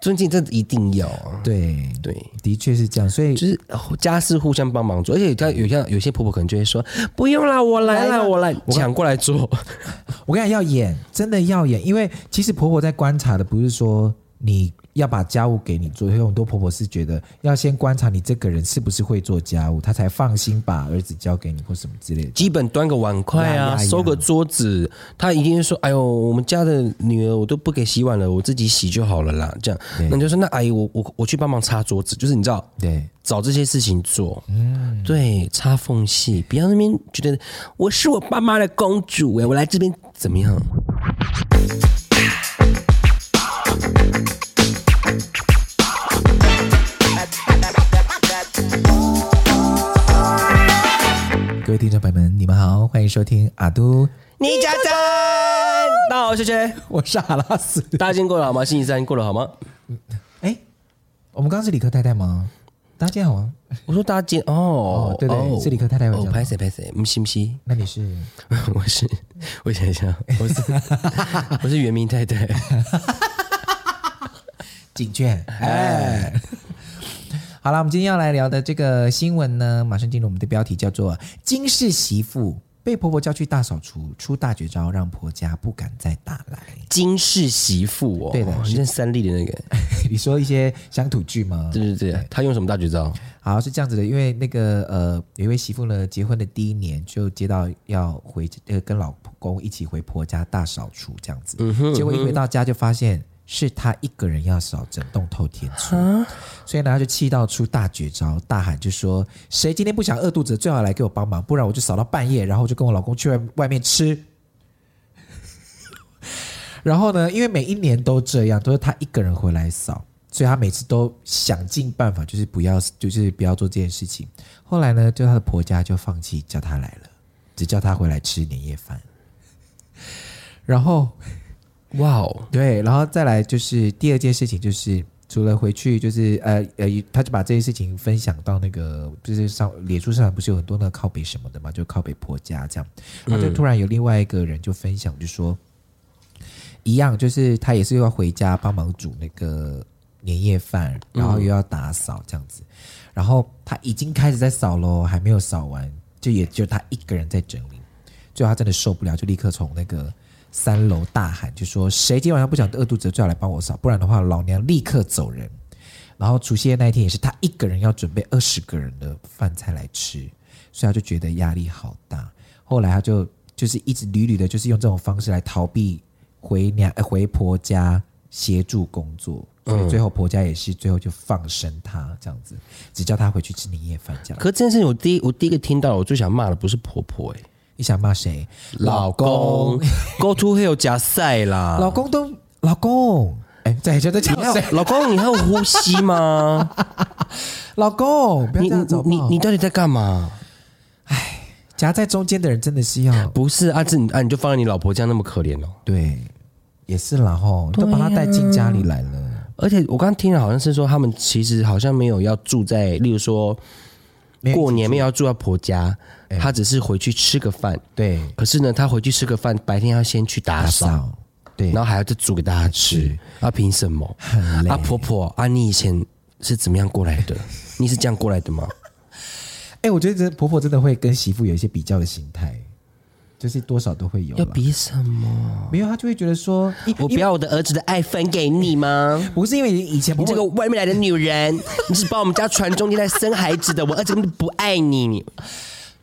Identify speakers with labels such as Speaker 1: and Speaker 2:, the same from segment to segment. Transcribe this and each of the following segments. Speaker 1: 尊敬这一定要啊，
Speaker 2: 对，
Speaker 1: 对。
Speaker 2: 的确是这样，所以
Speaker 1: 就是家事互相帮忙做，而且他有像有些婆婆可能就会说不用啦，我来啦，我来抢过来做。
Speaker 2: 我跟你讲要演，真的要演，因为其实婆婆在观察的不是说你要把家务给你做，有很多婆婆是觉得要先观察你这个人是不是会做家务，她才放心把儿子交给你或什么之类 的。
Speaker 1: 基本端个碗筷
Speaker 2: 呀呀
Speaker 1: 啊，
Speaker 2: 呀
Speaker 1: 收个桌子，他一定说：“哎呦，我们家的女儿我都不给洗碗了，我自己洗就好了啦。”这样，
Speaker 2: 对
Speaker 1: 那你就说：“那阿姨，我我我去帮忙擦桌子。”就是你知道，
Speaker 2: 对，
Speaker 1: 找这些事情做，嗯，对，擦缝隙，不要那边觉得我是我爸妈的公主哎、我来这边怎么样？
Speaker 2: 各位听众朋友们，你们好，欢迎收听阿都，
Speaker 1: 倪家珍，大家好，我是谁？
Speaker 2: 我是阿拉斯。
Speaker 1: 大家今天过得好吗？星期三过得好吗？
Speaker 2: 哎，我们刚刚是理科太太吗？大家见好啊，
Speaker 1: 我说大家今天哦
Speaker 2: 哦对对是理科太太会
Speaker 1: 哦，
Speaker 2: 讲
Speaker 1: 拍谁拍谁，嗯，信不信？
Speaker 2: 那你是
Speaker 1: 我是，我想一 下，我是 我是圆明太太，
Speaker 2: 景券，哎。 好了，我们今天要来聊的这个新闻呢，马上进入我们的标题，叫做“金氏媳妇被婆婆叫去大扫除，出大绝招，让婆家不敢再打来
Speaker 1: 金氏媳妇哦，
Speaker 2: 对的
Speaker 1: 哦你像三立的那个，”。
Speaker 2: 你说一些乡土剧吗？
Speaker 1: 对对
Speaker 2: 哎
Speaker 1: 对，他用什么大绝招？
Speaker 2: 好，是这样子的，因为那个呃，有一位媳妇呢，结婚的第一年就接到要回呃跟老公一起回婆家大扫除这样子，结果一回到家就发现是她一个人要扫整栋透天厝，所以呢，她就气到出大绝招，大喊就说：“谁今天不想饿肚子，最好来给我帮忙，不然我就扫到半夜，然后就跟我老公去外外面吃。” 然后呢，因为每一年都这样，都是她一个人回来扫，所以她每次都想尽办法，就是不要，就是不要做这件事情。后来呢，就她的婆家就放弃叫她来了，只叫她回来吃年夜饭。 然后
Speaker 1: 哇哦，
Speaker 2: 对，然后再来就是第二件事情，就是除了回去，就是呃呃，他就把这些事情分享到那个，就是上脸书上不是有很多那个靠北什么的嘛，就靠北婆家这样，然后就突然有另外一个人就分享，就说、一样，就是他也是要回家帮忙煮那个年夜饭，然后又要打扫这样子，然后他已经开始在扫喽，还没有扫完，就也就他一个人在整理，最后他真的受不了，就立刻从那个三楼大喊，就说：“谁今天晚上不想饿肚子，最好来帮我扫，不然的话，老娘立刻走人。”然后除夕夜那一天也是他一个人要准备二十个人的饭菜来吃，所以他就觉得压力好大。后来他就就是一直屡屡的，就是用这种方式来逃避回娘、呃回婆家协助工作，所
Speaker 1: 嗯
Speaker 2: 以最后婆家也是最后就放生他这样子，只叫他回去吃年夜饭这样。
Speaker 1: 可是这件事情我第一我第一个听到，我最想骂的不是婆婆哎、
Speaker 2: 你想骂谁？
Speaker 1: 老 公，Go to hell 加赛啦，
Speaker 2: 老公都老公，哎、在这在讲
Speaker 1: 还有
Speaker 2: 谁？
Speaker 1: 老公，你还有呼吸吗？
Speaker 2: 老公， 不要
Speaker 1: 你
Speaker 2: 这样
Speaker 1: 你
Speaker 2: 走
Speaker 1: 你你到底在干嘛？
Speaker 2: 夹在中间的人真的是要
Speaker 1: 不是啊，这你啊，你就放在你老婆这样那么可怜哦。
Speaker 2: 对，也是啦吼，都把他带进家里来了，
Speaker 1: 而且我刚刚听了，好像是说他们其实好像没有要住在，例如说
Speaker 2: 没有
Speaker 1: 过年没有要住在婆家，
Speaker 2: 哎
Speaker 1: 他只是回去吃个饭。
Speaker 2: 对，啊
Speaker 1: 可是呢，他回去吃个饭，白天要先去打
Speaker 2: 打
Speaker 1: 扫，
Speaker 2: 扫，对
Speaker 1: 然，后还要再煮给大家吃，啊，凭什么？
Speaker 2: 很累
Speaker 1: 啊，婆婆啊，你以前是怎么样过来 的？你是这样过来的吗？
Speaker 2: 哎、我觉得这婆婆真的会跟媳妇有一些比较的心态，就是多少都会有
Speaker 1: 要
Speaker 2: 啦。
Speaker 1: 比什么？
Speaker 2: 没有，她就会觉得说，因
Speaker 1: 我不要我的儿子的爱分给你吗？
Speaker 2: 不是因为以前
Speaker 1: 你
Speaker 2: 婆
Speaker 1: 这
Speaker 2: 婆
Speaker 1: 个外面来的女人，你是把我们家船中间在生孩子的，我儿子根本不爱你， 你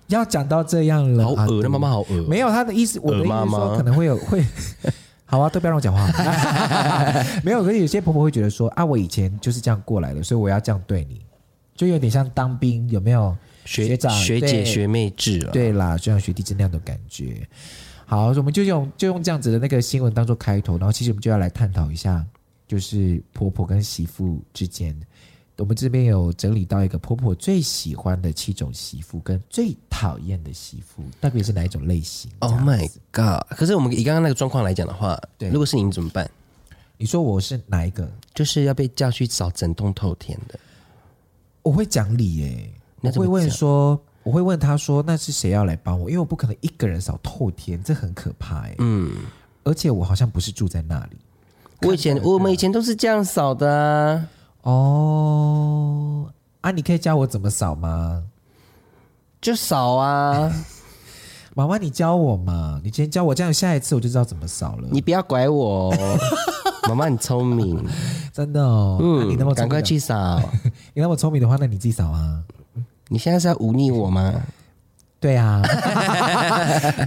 Speaker 2: 要讲到这样了，
Speaker 1: 好
Speaker 2: 啊
Speaker 1: 恶，那妈妈好恶。
Speaker 2: 没有他的意思，我的意思
Speaker 1: 妈
Speaker 2: 是
Speaker 1: 妈
Speaker 2: 说可能会有 会，好啊，都不要让我讲 话。没有，可是有些婆婆会觉得说啊，我以前就是这样过来的，所以我要这样对你，就有点像当兵有没有长
Speaker 1: 学姐
Speaker 2: 对
Speaker 1: 学妹制了，
Speaker 2: 对啦，学长学弟制那样的感觉。好，我们就用就用这样子的那个新闻当做开头，然后其实我们就要来探讨一下，就是婆婆跟媳妇之间，我们这边有整理到一个婆婆最喜欢的七种媳妇跟最讨厌的媳妇，到底是哪一种类型这
Speaker 1: ，Oh
Speaker 2: 样
Speaker 1: my god！可是我们以刚刚那个状况来讲的话，
Speaker 2: 对
Speaker 1: 如果是你怎么办？
Speaker 2: 你说我是哪一个？
Speaker 1: 就是要被叫去找整栋透天的，
Speaker 2: 我会讲理耶、
Speaker 1: 那
Speaker 2: 我
Speaker 1: 怎么
Speaker 2: 会问
Speaker 1: 讲
Speaker 2: 说，我会问他说，那是谁要来帮我？因为我不可能一个人扫透天，这很可怕哎、
Speaker 1: 嗯，
Speaker 2: 而且我好像不是住在那里，
Speaker 1: 我以前我们以前都是这样扫的啊。
Speaker 2: 哦，啊，你可以教我怎么扫吗？
Speaker 1: 就扫啊！
Speaker 2: 妈妈，你教我嘛？你今天教我，这样下一次我就知道怎么扫了。
Speaker 1: 你不要拐我、 哦，妈妈，你聪明，
Speaker 2: 真的哦，啊你那么
Speaker 1: 嗯，
Speaker 2: 聪
Speaker 1: 赶
Speaker 2: 明
Speaker 1: 快
Speaker 2: 的，
Speaker 1: 去扫。
Speaker 2: 你那么聪明的话，那你自己扫 啊。
Speaker 1: 你现在是要忤逆我吗？
Speaker 2: 对啊，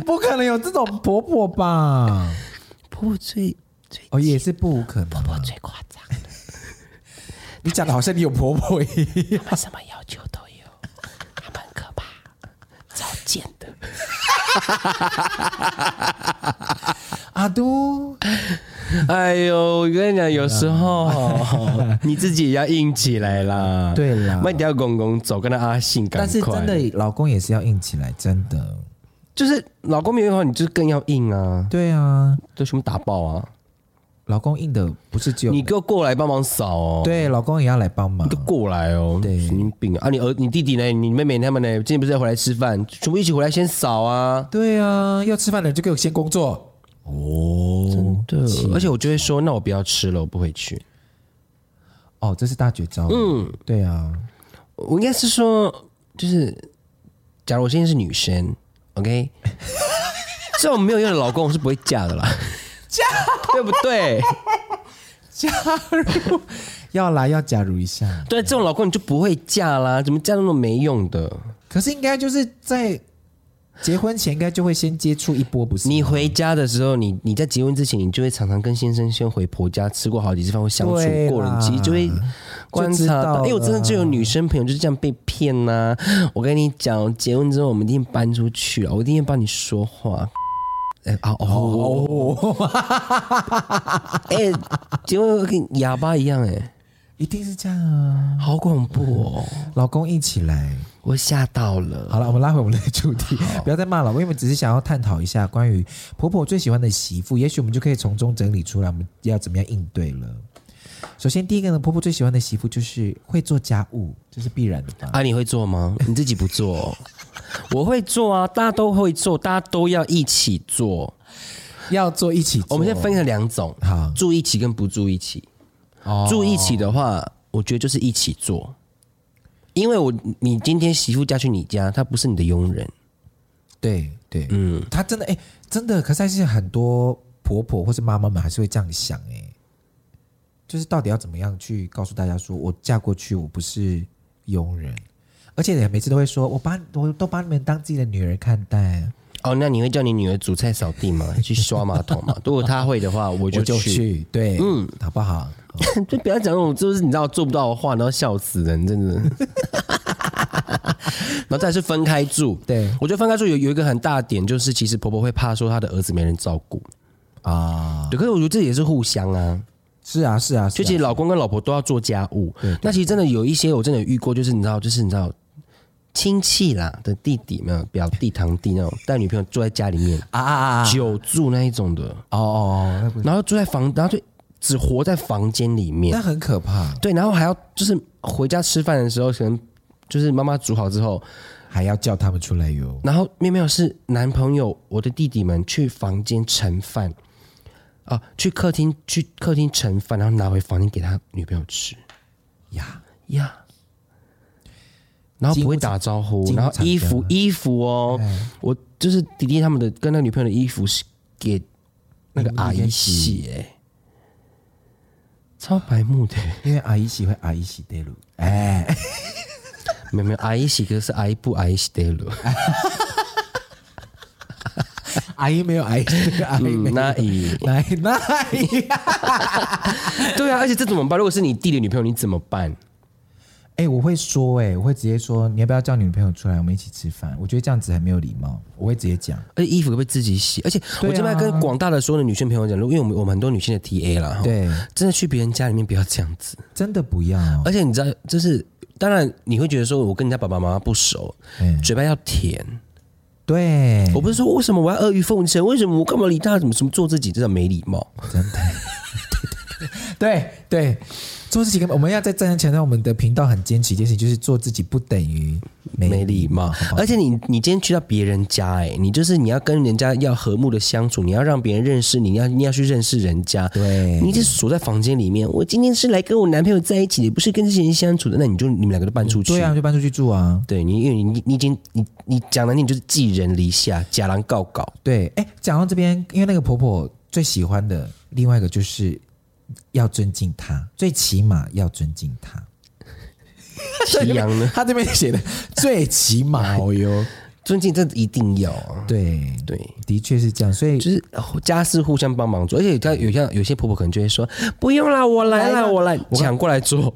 Speaker 2: 不可能有这种婆婆吧？
Speaker 1: 婆婆最 最
Speaker 2: 哦，也是不可能。
Speaker 1: 婆最夸张，
Speaker 2: 你讲的好像你有婆婆一 样。
Speaker 1: 他们什么要求都有，他们很可怕，超贱的。
Speaker 2: 阿啊都，
Speaker 1: 哎呦，我跟你讲，有时候 你自己也要硬起来啦。
Speaker 2: 啊对啦
Speaker 1: 慢点，公公走，跟他阿信赶
Speaker 2: 但
Speaker 1: 快。
Speaker 2: 是真的，老公也是要硬起来，真的。
Speaker 1: 就是老公没有好，你就更要硬啊，
Speaker 2: 对啊，
Speaker 1: 都全部打爆啊！
Speaker 2: 老公硬的不是只有
Speaker 1: 你给我过来帮忙扫哦。。
Speaker 2: 对，老公也要来帮忙
Speaker 1: 你给。我过来哦！
Speaker 2: 对
Speaker 1: 神经病啊！啊，你儿、你弟弟呢？你妹妹他们呢？今天不是要回来吃饭？全部一起回来先扫啊！
Speaker 2: 对啊，要吃饭的人就给我先工作。哦，
Speaker 1: 对，而且我就会说，那我不要吃了，我不回去。
Speaker 2: 哦，这是大绝招。嗯，对啊，
Speaker 1: 我应该是说，就是假如我现在是女生，OK，这种没有用的老公我是不会嫁的啦，嫁对不对？
Speaker 2: 加入要来要加入一下。
Speaker 1: 对，这种老公你就不会嫁啦，怎么嫁那么没用的？
Speaker 2: 可是应该就是在结婚前应该就会先接触一波，不是吗？啊
Speaker 1: 你回家的时候，你你在结婚之前，你就会常常跟先生先回婆家吃过好几次饭，或相处
Speaker 2: 对啦
Speaker 1: 过了，你其实就会观
Speaker 2: 就知
Speaker 1: 察
Speaker 2: 道
Speaker 1: 到。
Speaker 2: 了
Speaker 1: 哎、我真的就有女生朋友就是这样被骗呐、我跟你讲，结婚之后我们一定搬出去啊了，我一定会帮你说 话。哎、啊哦，
Speaker 2: 哦，
Speaker 1: 哎、结婚会跟哑巴一样哎、
Speaker 2: 一定是这样啊！
Speaker 1: 好恐怖哦！
Speaker 2: 老公硬起来。
Speaker 1: 我吓到了。
Speaker 2: 好了，我们拉回我们的主题，不要再骂老公，因为我们只是想要探讨一下关于婆婆最喜欢的媳妇，也许我们就可以从中整理出来我们要怎么样应对了。首先，第一个呢，婆婆最喜欢的媳妇就是会做家务，这是必然的吧？
Speaker 1: 啊，你会做吗？你自己不做哦、我会做啊，大家都会做，大家都要一起做。
Speaker 2: 要做一起做，
Speaker 1: 我们先分成两种，
Speaker 2: 好
Speaker 1: 住一起跟不住一起。
Speaker 2: 哦
Speaker 1: 住一起的话，我觉得就是一起做，因为我你今天媳妇嫁去你家，她不是你的佣人，
Speaker 2: 对对，嗯，她真的哎、真的，可是还是很多婆婆或是妈妈们还是会这样想哎、就是到底要怎么样去告诉大家说，我嫁过去我不是佣人，而且也每次都会说，我把我都把你们当自己的女儿看待，
Speaker 1: 哦，那你会叫你女儿煮菜、扫地 吗？去刷马桶吗？如果她会的话，我
Speaker 2: 我
Speaker 1: 就
Speaker 2: 就
Speaker 1: 去。
Speaker 2: 去，对，嗯，好不好？
Speaker 1: 就不要讲那种就是你知道做不到的话，然后笑死人，真 的。然后再来是分开住，
Speaker 2: 对
Speaker 1: 我觉得分开住有有一个很大的点，就是其实婆婆会怕说她的儿子没人照顾，
Speaker 2: 啊，
Speaker 1: 对，可是我觉得这也是互相啊，
Speaker 2: 是啊是啊，
Speaker 1: 就是其
Speaker 2: 啊
Speaker 1: 实老公跟老婆都要做家务。那其实真的有一些我真的有遇过，就是你知道，就是你知道亲戚啦的弟弟没有表弟堂弟那种带女朋友住在家里面、
Speaker 2: 啊啊啊，
Speaker 1: 久住那一种的，
Speaker 2: 哦哦哦，那不
Speaker 1: 然后住在房，然后就只活在房间里面
Speaker 2: 那。很可怕，
Speaker 1: 对，然后还要就是回家吃饭的时候，可能就是妈妈煮好之后，
Speaker 2: 还要叫他们出来哟，
Speaker 1: 然后妙妙是男朋友，我的弟弟们去房间盛饭，啊、去客厅去客厅盛饭，然后拿回房间给他女朋友吃。
Speaker 2: 呀，
Speaker 1: 呀。然后不会打招呼，
Speaker 2: 金屋
Speaker 1: 然
Speaker 2: 藏
Speaker 1: 后衣服
Speaker 2: 金
Speaker 1: 衣服哦，
Speaker 2: 哎
Speaker 1: 我就是弟弟他们的跟那个女朋友的衣服是给那个阿姨洗、
Speaker 2: 嗯
Speaker 1: 欸，超白目的，
Speaker 2: 因为阿姨喜欢阿姨洗对路，哎。
Speaker 1: 没有没有阿姨洗，可是阿姨不阿姨洗得了，
Speaker 2: 阿姨没有阿姨，阿姨没
Speaker 1: 嗯，
Speaker 2: 有
Speaker 1: 那姨，
Speaker 2: 奶奶，
Speaker 1: 对啊，而且这怎么办？如果是你弟的女朋友，你怎么办？
Speaker 2: 哎、我会说、哎，我会直接说，你要不要叫你女朋友出来，我们一起吃饭？我觉得这样子很没有礼貌，我会直接讲。
Speaker 1: 而且呃衣服可不可以自己洗？而且我这边要跟广大的所有的女性朋友讲，如果因为我们我们很多女性的 TA 啦，哈，
Speaker 2: 对，
Speaker 1: 真的去别人家里面不要这样子，
Speaker 2: 哦真的不要，
Speaker 1: 而且你知道，就是当然你会觉得说，我跟人家爸爸妈妈不熟，
Speaker 2: 嗯
Speaker 1: 嘴巴要甜。
Speaker 2: 对，
Speaker 1: 我不是说为什么我要阿谀奉承，为什么我干嘛理他？怎么什么做自己，真的没礼貌。
Speaker 2: 真的。对对，做自己跟我们要再再三强调，我们的频道很坚持一件事情，就是做自己不等于
Speaker 1: 没
Speaker 2: 没
Speaker 1: 礼貌。而且你你今天去到别人家、哎，你就是你要跟人家要和睦的相处，你要让别人认识你，你要你要去认识人家。
Speaker 2: 对
Speaker 1: 你一直锁在房间里面，我今天是来跟我男朋友在一起的，不是跟这些人相处的，那你就你们两个都搬出去。
Speaker 2: 对啊，就搬出去住啊。
Speaker 1: 对你，因为你你已经你你讲难听，你就是寄人篱下，假狼告 狗。
Speaker 2: 对，哎，讲到这边，因为那个婆婆最喜欢的另外一个就是要尊敬她，最起码要尊敬她。
Speaker 1: 夕阳呢？
Speaker 2: 她这边写的最起码 哦哟，
Speaker 1: 尊敬这一定要啊。
Speaker 2: 对，
Speaker 1: 对，
Speaker 2: 的确是这样，所以
Speaker 1: 就是哦家事互相帮忙做，而且他有像有些婆婆可能就会说不用啦，我来
Speaker 2: 来
Speaker 1: 啦，
Speaker 2: 啦
Speaker 1: 我来抢过来做。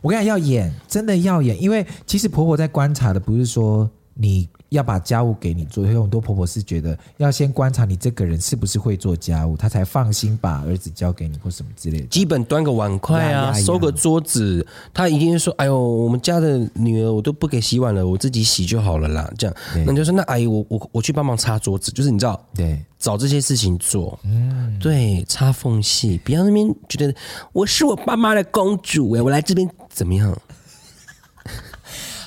Speaker 2: 我跟你讲，要演，真的要演，因为其实婆婆在观察的不是说你要把家务给你做，有很多婆婆是觉得要先观察你这个人是不是会做家务，她才放心把儿子交给你或什么之类的。
Speaker 1: 基本端个碗筷
Speaker 2: 呀呀
Speaker 1: 啊，
Speaker 2: 呀
Speaker 1: 收个桌子，他一定说：“哎呦，我们家的女儿我都不给洗碗了，我自己洗就好了啦。”这样，
Speaker 2: 对
Speaker 1: 那你就说：“那阿姨，我我我去帮忙擦桌子。”就是你知道，
Speaker 2: 对，
Speaker 1: 找这些事情做，嗯，对，擦缝隙，不要那边觉得我是我爸妈的公主哎、我来这边怎么样？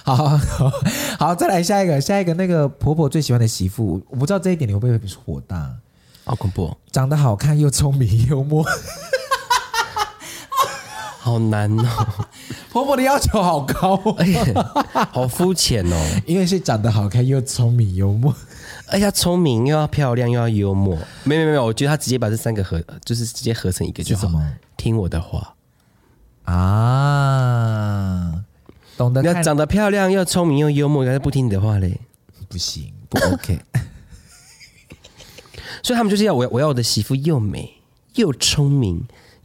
Speaker 2: 好好好好，再来下一个，下一个那个婆婆最喜欢的媳妇，我不知道这一点你会不会火大，
Speaker 1: 好恐怖，
Speaker 2: 长得好看又聪明幽默，
Speaker 1: 好难哦，
Speaker 2: 婆婆的要求好高、哦，
Speaker 1: 而且好肤浅哦，
Speaker 2: 因为是长得好看又聪明幽默。
Speaker 1: 而且她聪明又要漂亮又要幽默，没有没有没有，我觉得她直接把这三个合，就是直接合成一个就好。
Speaker 2: 是什么
Speaker 1: 听我的话，
Speaker 2: 啊，懂得
Speaker 1: 你要
Speaker 2: 看
Speaker 1: 长得漂亮又聪明又幽默，但是不听你的话嘞，
Speaker 2: 不行，不 OK。
Speaker 1: 所以他们就是要我要我要我的媳妇又美又聪明，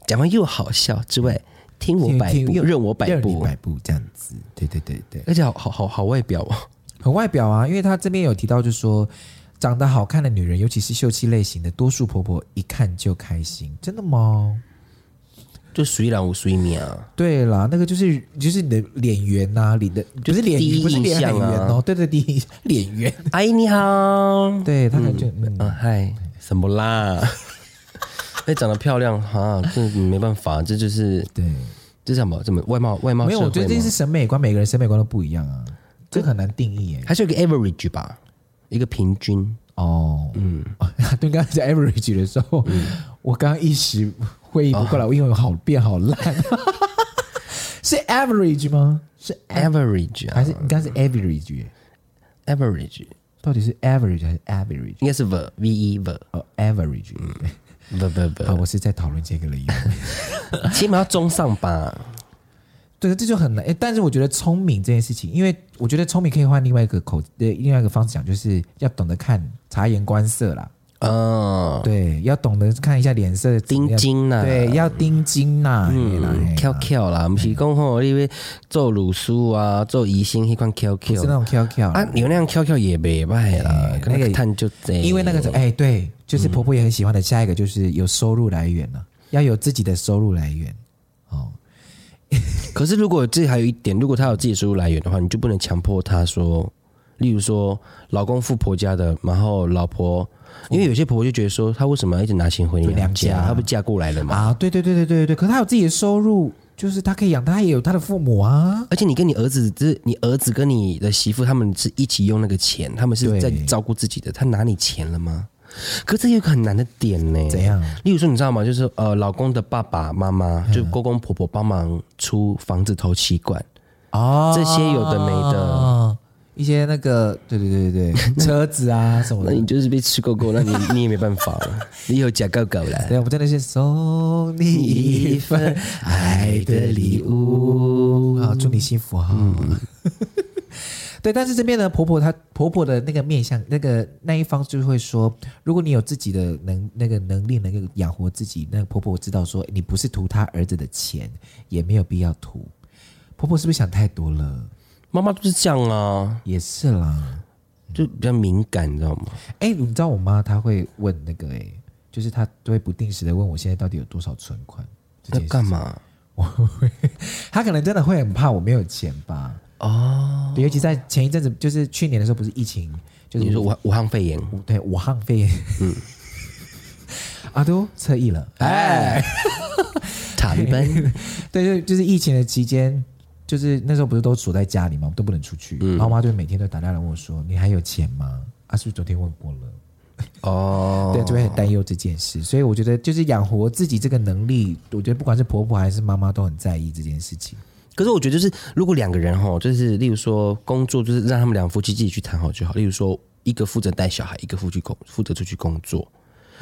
Speaker 1: 讲话又好笑之外，听我摆
Speaker 2: 听
Speaker 1: 布，
Speaker 2: 听
Speaker 1: 任我摆
Speaker 2: 任你
Speaker 1: 布，
Speaker 2: 摆布这样子，对对对对，
Speaker 1: 而且好好好好外表哦。
Speaker 2: 很外表啊，因为他这边有提到，就是说长得好看的女人，尤其是秀气类型的，多数婆婆一看就开心，真的吗？
Speaker 1: 就水然无水米啊，
Speaker 2: 对啦，那个就是就是你的脸圆呐、你的不是脸
Speaker 1: 第一
Speaker 2: 不是脸
Speaker 1: 印
Speaker 2: 很
Speaker 1: 象啊
Speaker 2: 圆哦，对对，第一印象脸圆，
Speaker 1: 阿姨哎你好，
Speaker 2: 对他感觉嗯
Speaker 1: 嗯嗨，什么啦？ 哎，长得漂亮哈，这没办法，这就是
Speaker 2: 对，
Speaker 1: 这是什么？怎么外貌外貌
Speaker 2: 没有，我觉得
Speaker 1: 社
Speaker 2: 这
Speaker 1: 会
Speaker 2: 是
Speaker 1: 吗
Speaker 2: 审美观，每个人审美观都不一样啊，这很难定义耶。
Speaker 1: 还是有一个 average 吧，一个平均。
Speaker 2: 哦，嗯， 对，刚才讲 average 的时候，我刚刚一时会意不过来，我英文好变好烂，是 average 吗？是
Speaker 1: average 啊
Speaker 2: 还是应该是 average？耶
Speaker 1: ，average
Speaker 2: 到底是 average 还是 average？
Speaker 1: 应该是 v v e v
Speaker 2: 哦，average。
Speaker 1: v v
Speaker 2: 好，
Speaker 1: v，
Speaker 2: 我是在讨论这个了，因为
Speaker 1: 起码要中上吧。
Speaker 2: 对，这就很难。诶但是我觉得聪明这件事情，因为我觉得聪明可以换另外一个口，呃，另外一个方式讲，就是要懂得看察言观色啦。
Speaker 1: 嗯，
Speaker 2: 对，要懂得看一下脸色怎么
Speaker 1: 丁
Speaker 2: 样，
Speaker 1: 金呐，
Speaker 2: 对，要盯紧呐，嘿啦嘿
Speaker 1: 嗯
Speaker 2: 啦
Speaker 1: ，Q Q 啦，不是讲吼，因为做鲁肃啊，做疑心那款 Q
Speaker 2: 不
Speaker 1: Q
Speaker 2: 是那种 QQ
Speaker 1: 啊
Speaker 2: 啊，，
Speaker 1: 流量 QQ 也袂歹啦
Speaker 2: 哎，
Speaker 1: 那
Speaker 2: 那
Speaker 1: 个
Speaker 2: 个
Speaker 1: 探就这，
Speaker 2: 因为那个时候，哎，对，就是婆婆也很喜欢的。下一个就是有收入来源了、啊要有自己的收入来源哦。
Speaker 1: 可是如果这还有一点，如果她有自己收入来源的话，你就不能强迫她说，例如说老公付婆家的，然后老婆，因为有些婆婆就觉得说，她为什么要一直拿钱回
Speaker 2: 回
Speaker 1: 娘
Speaker 2: 娘
Speaker 1: 家？
Speaker 2: 家
Speaker 1: 她不嫁过来了嘛？
Speaker 2: 啊，对对对对对对，可她有自己的收入，就是她可以养她，她也有她的父母啊。
Speaker 1: 而且你跟你儿子，就是你儿子跟你的媳妇，他们是一起用那个钱，他们是
Speaker 2: 对
Speaker 1: 在照顾自己的，他拿你钱了吗？可这有一个很难的点呢、
Speaker 2: 怎样？嗯
Speaker 1: 例如说，你知道吗？就是呃，老公的爸爸妈妈，就公公婆婆帮忙出房子头期款，
Speaker 2: 哦，
Speaker 1: 这些有的没的，
Speaker 2: 啊一些那个，对对对对 对，车子啊什么
Speaker 1: 那
Speaker 2: 的。
Speaker 1: 你就是被吃够够，那你你也没办法 了，你有假狗狗了。
Speaker 2: 对，我们真的是送你一份爱的礼物啊！祝你幸福哈。对， 但是这边呢，婆婆她婆婆的那个面向，那个那一方就会说，如果你有自己的能那个能力，能够养活自己，那个婆婆知道说你不是图她儿子的钱，也没有必要图。婆婆是不是想太多了？
Speaker 1: 妈妈都是这样啊，
Speaker 2: 也是啦。
Speaker 1: 就比较敏感，你知道吗？
Speaker 2: 哎、你知道我妈她会问那个哎、就是她都会不定时的问我现在到底有多少存款。这
Speaker 1: 要
Speaker 2: 件事
Speaker 1: 干嘛？
Speaker 2: 他可能真的会很怕我没有钱吧？
Speaker 1: 哦，
Speaker 2: 对，尤其在前一阵子，就是去年的时候，不是疫情，就
Speaker 1: 你
Speaker 2: 是
Speaker 1: 说武汉武汉肺炎，
Speaker 2: 武对武汉
Speaker 1: 哎
Speaker 2: 肺炎，嗯，啊都侧翼了，哎，
Speaker 1: 塔利班，
Speaker 2: 对，就就是疫情的期间，就是那时候不是都锁在家里嘛，都不能出去。
Speaker 1: 嗯
Speaker 2: 然后我妈就每天都打电话来问我说：“你还有钱吗？”啊，是不是昨天问过了？
Speaker 1: 哦，
Speaker 2: 对，就会很担忧这件事。所以我觉得，就是养活自己这个能力，我觉得不管是婆婆还是妈妈都很在意这件事情。
Speaker 1: 可是我觉得，就是如果两个人哈，就是例如说工作，就是让他们两夫妻自己去谈好就好。例如说，一个负责带小孩，一个负责工负责出去工作。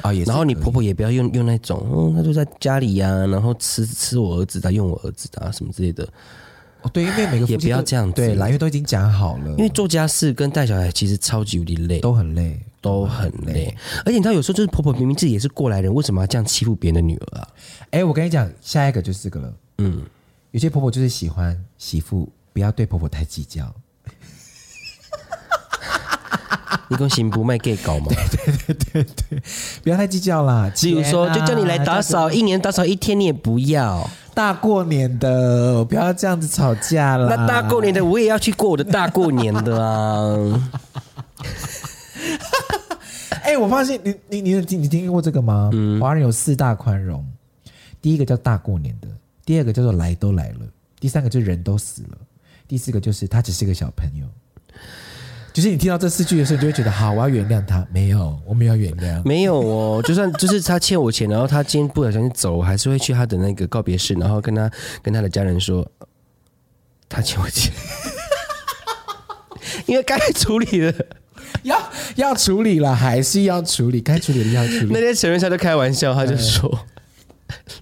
Speaker 2: 啊，也
Speaker 1: 然后你婆婆哦也不要用用那种，嗯，她就在家里呀、然后吃吃我儿子的，用我儿子的、啊、什么之类的。
Speaker 2: 哦，对，因为每个夫妻
Speaker 1: 也不要
Speaker 2: 都
Speaker 1: 这样子
Speaker 2: 对，蓝月都已经讲好了，
Speaker 1: 因为做家事跟带小孩其实超级无敌累，都
Speaker 2: 都很累。
Speaker 1: 都很累。而且你知道，有时候就是婆婆明明自己也是过来人，为什么要这样欺负别人的女 儿啊？
Speaker 2: 哎，我跟你讲，下一个就是这个了。嗯，有些婆婆就是喜欢媳妇不要对婆婆太计较。
Speaker 1: 你跟行不卖 gay 搞吗？
Speaker 2: 不要太计较啦。
Speaker 1: 例如说，就
Speaker 2: 钱啊
Speaker 1: 叫你来打
Speaker 2: 这样
Speaker 1: 扫，一年打扫一天你也不要。
Speaker 2: 子大过年的，不要这样子吵架 啦。
Speaker 1: 那大过年的我也要去过我的大过年的啊！
Speaker 2: 哎、我发现你你你你听你听过这个吗？
Speaker 1: 嗯
Speaker 2: 华人有四大宽容，第一个叫大过年的，第二个叫做来都来了，第三个就是人都死了，第四个就是他只是个小朋友。就是你听到这四句的时候，你就会觉得好，我要原谅他。没有，我没有原谅。
Speaker 1: 没有哦，就算就是他欠我钱，然后他今天不小心走，我还是会去他的那个告别式，然后跟他跟他的家人说，他欠我钱， 因为该处理了。
Speaker 2: 要要处理了，还是要处理，该处理的要处
Speaker 1: 那
Speaker 2: 理。
Speaker 1: 天陈瑞霞就开玩笑，他就说，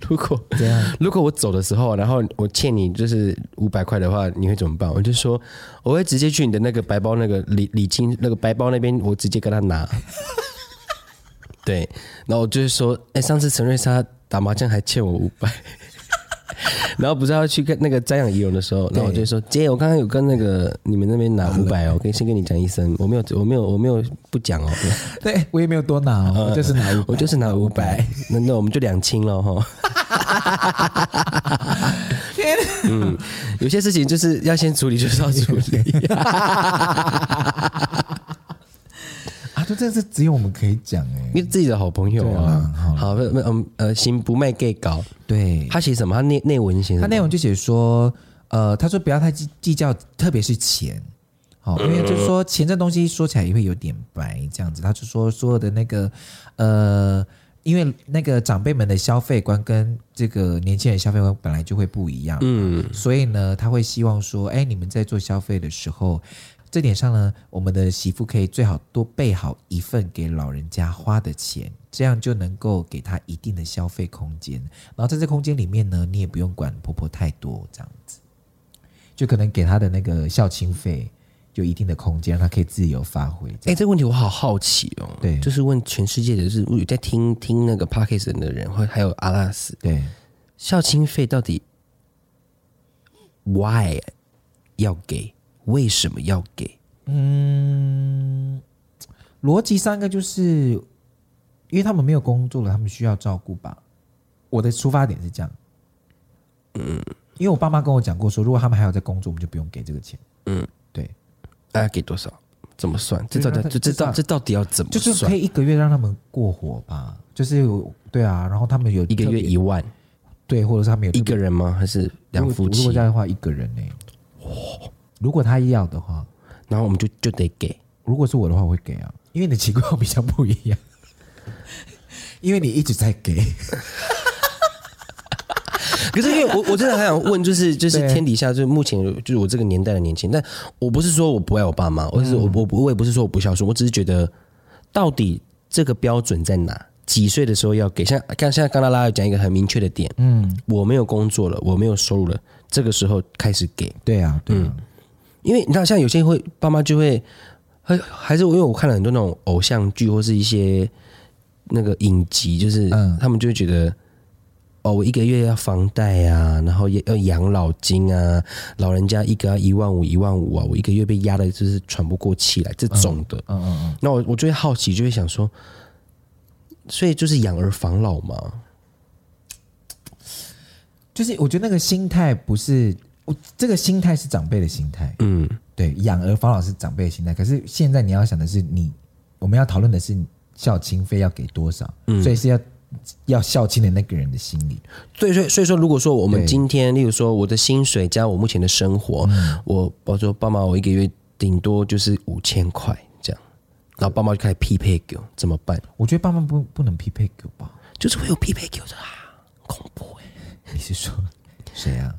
Speaker 1: 如果
Speaker 2: 哎怎样？
Speaker 1: 如果我走的时候，然后我欠你就是五百块的话，你会怎么办？我就说我会直接去你的那个白包那个礼礼金那个白包那边，我直接跟他 拿。对，然后我就是说，哎、上次陈瑞莎打麻将还欠我五 百。然后不是要去跟那个瞻仰仪容的时候，然后我就说姐，我刚刚有跟那个你们那边拿五百哦，我跟先跟你讲一声，我没有，我没有，我没有不讲哦，
Speaker 2: 对我也没有多拿、哦，
Speaker 1: 呃
Speaker 2: 我就是拿五
Speaker 1: 我就是拿五百，那那我们就两清了哈。
Speaker 2: 天哪
Speaker 1: 嗯，有些事情就是要先处理，就是要处理。
Speaker 2: 啊！就这是只有我们可以讲哎、
Speaker 1: 因为自己的好朋友啊，好，那那嗯呃，行不卖 gay 搞，
Speaker 2: 对，
Speaker 1: 他写什么？他内内文写什么？
Speaker 2: 他内容就写说，呃，他说不要太计计较，特别是钱，好、因为就是说钱这东西说起来也会有点白这样子。他就说所有的那个，呃，因为那个长辈们的消费观跟这个年轻人消费观本来就会不一样，
Speaker 1: 嗯，
Speaker 2: 所以呢，他会希望说，哎，你们在做消费的时候，这点上呢，我们的媳妇可以最好多备好一份给老人家花的钱，这样就能够给他一定的消费空间。然后在这空间里面呢，你也不用管婆婆太多，这样子，就可能给她的那个孝亲费有一定的空间，让她可以自由发挥。这
Speaker 1: 哎、
Speaker 2: 样
Speaker 1: 这个问题我好好奇哦。
Speaker 2: 对
Speaker 1: 就是问全世界的，就是有在听听那个 podcast 的人，或还有阿拉斯
Speaker 2: 对，
Speaker 1: 孝亲费到底 why 要给？为什么要给？
Speaker 2: 逻辑上一个就是，因为他们没有工作了，他们需要照顾吧。我的出发点是这样，嗯，因为我爸妈跟我讲过说，如果他们还有在工作，我们就不用给这个钱。嗯，对，
Speaker 1: 大家给多少？怎么算？这
Speaker 2: 就
Speaker 1: 到
Speaker 2: 是
Speaker 1: 底
Speaker 2: 他
Speaker 1: 这这
Speaker 2: 至少
Speaker 1: 到这到底要怎么
Speaker 2: 就是可
Speaker 1: 算？
Speaker 2: 以一个月让他们过活吧。就是有对啊，然后他们有
Speaker 1: 一个
Speaker 2: 特
Speaker 1: 月
Speaker 2: 别
Speaker 1: 一万
Speaker 2: 对，或者是他们有
Speaker 1: 一个人吗？还是两夫
Speaker 2: 如果如
Speaker 1: 妻
Speaker 2: 果这？样的话，一个人呢、如果他要的话，
Speaker 1: 然后我们就就得 给。
Speaker 2: 如果是我的话，我会给啊，因为你的情况比较不一样，因为你一直在给。
Speaker 1: 可是因为我我真的很想问， 就是就是
Speaker 2: 对啊
Speaker 1: 天底下就是目前就是我这个年代的年轻人，但我不是说我不爱我爸妈，
Speaker 2: 嗯
Speaker 1: 我是我我不我也不是说我不孝顺，我只是觉得到底这个标准在哪？几岁的时候要给？像刚像刚拉拉有讲一个很明确的点，
Speaker 2: 嗯，
Speaker 1: 我没有工作了，我没有收入了，这个时候开始给，
Speaker 2: 对啊，对啊，
Speaker 1: 因为你知道像有些会爸妈就会，还还是因为我看了很多那种偶像剧或是一些那个影集，就是
Speaker 2: 嗯
Speaker 1: 他们就会觉得，哦，我一个月要房贷啊，然后也要养老金啊，老人家一个要一万五一万五啊，我一个月被压的就是喘不过气来这种的。
Speaker 2: 嗯嗯嗯。
Speaker 1: 那我我就会好奇，就会想说，所以就是养儿防老嘛。
Speaker 2: 就是我觉得那个心态不是，我这个心态是长辈的心态，
Speaker 1: 嗯，
Speaker 2: 对，养儿防老是长辈的心态。可是现在你要想的是你，我们要讨论的是孝亲费要给多少，所以是要要孝亲的那个人的心里。
Speaker 1: 所以说，所以说，如果说我们
Speaker 2: 对
Speaker 1: 今天，例如说我的薪水加我目前的生活，我我说爸妈，我一个月顶多就是五千块这样，然后爸妈就开始匹配给我，怎么办？
Speaker 2: 我觉得爸妈不不能匹配给我吧？
Speaker 1: 就是会有匹配给我的啦，恐怖哎、
Speaker 2: 你是说谁啊？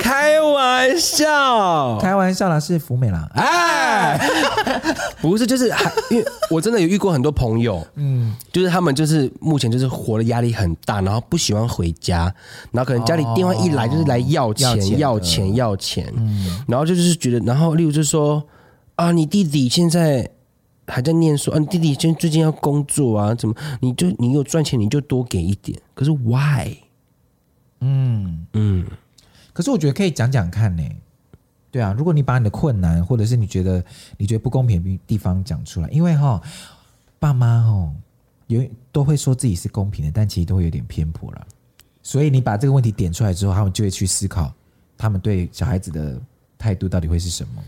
Speaker 1: 开玩笑，
Speaker 2: 开玩笑啦，是福美啦。哎、
Speaker 1: 不是，就是还因为我真的有遇过很多朋友，嗯，就是他们就是目前就是活的压力很大，然后不喜欢回家，然后可能家里电话一来就是来要
Speaker 2: 哦要钱的嗯
Speaker 1: 钱、要钱、要钱，然后就是觉得，然后例如就说啊，你弟弟现在还在念书啊，你弟弟现最近要工作啊，怎么你就你有赚钱你就多给一点，可是 why？
Speaker 2: 可是我觉得可以讲讲看呢、对啊，如果你把你的困难，或者是你觉得你觉得不公平的地方讲出来，因为哈，爸妈哈，有都会说自己是公平的，但其实都会有点偏颇了。所以你把这个问题点出来之后，他们就会去思考，他们对小孩子的态度到底会是什么。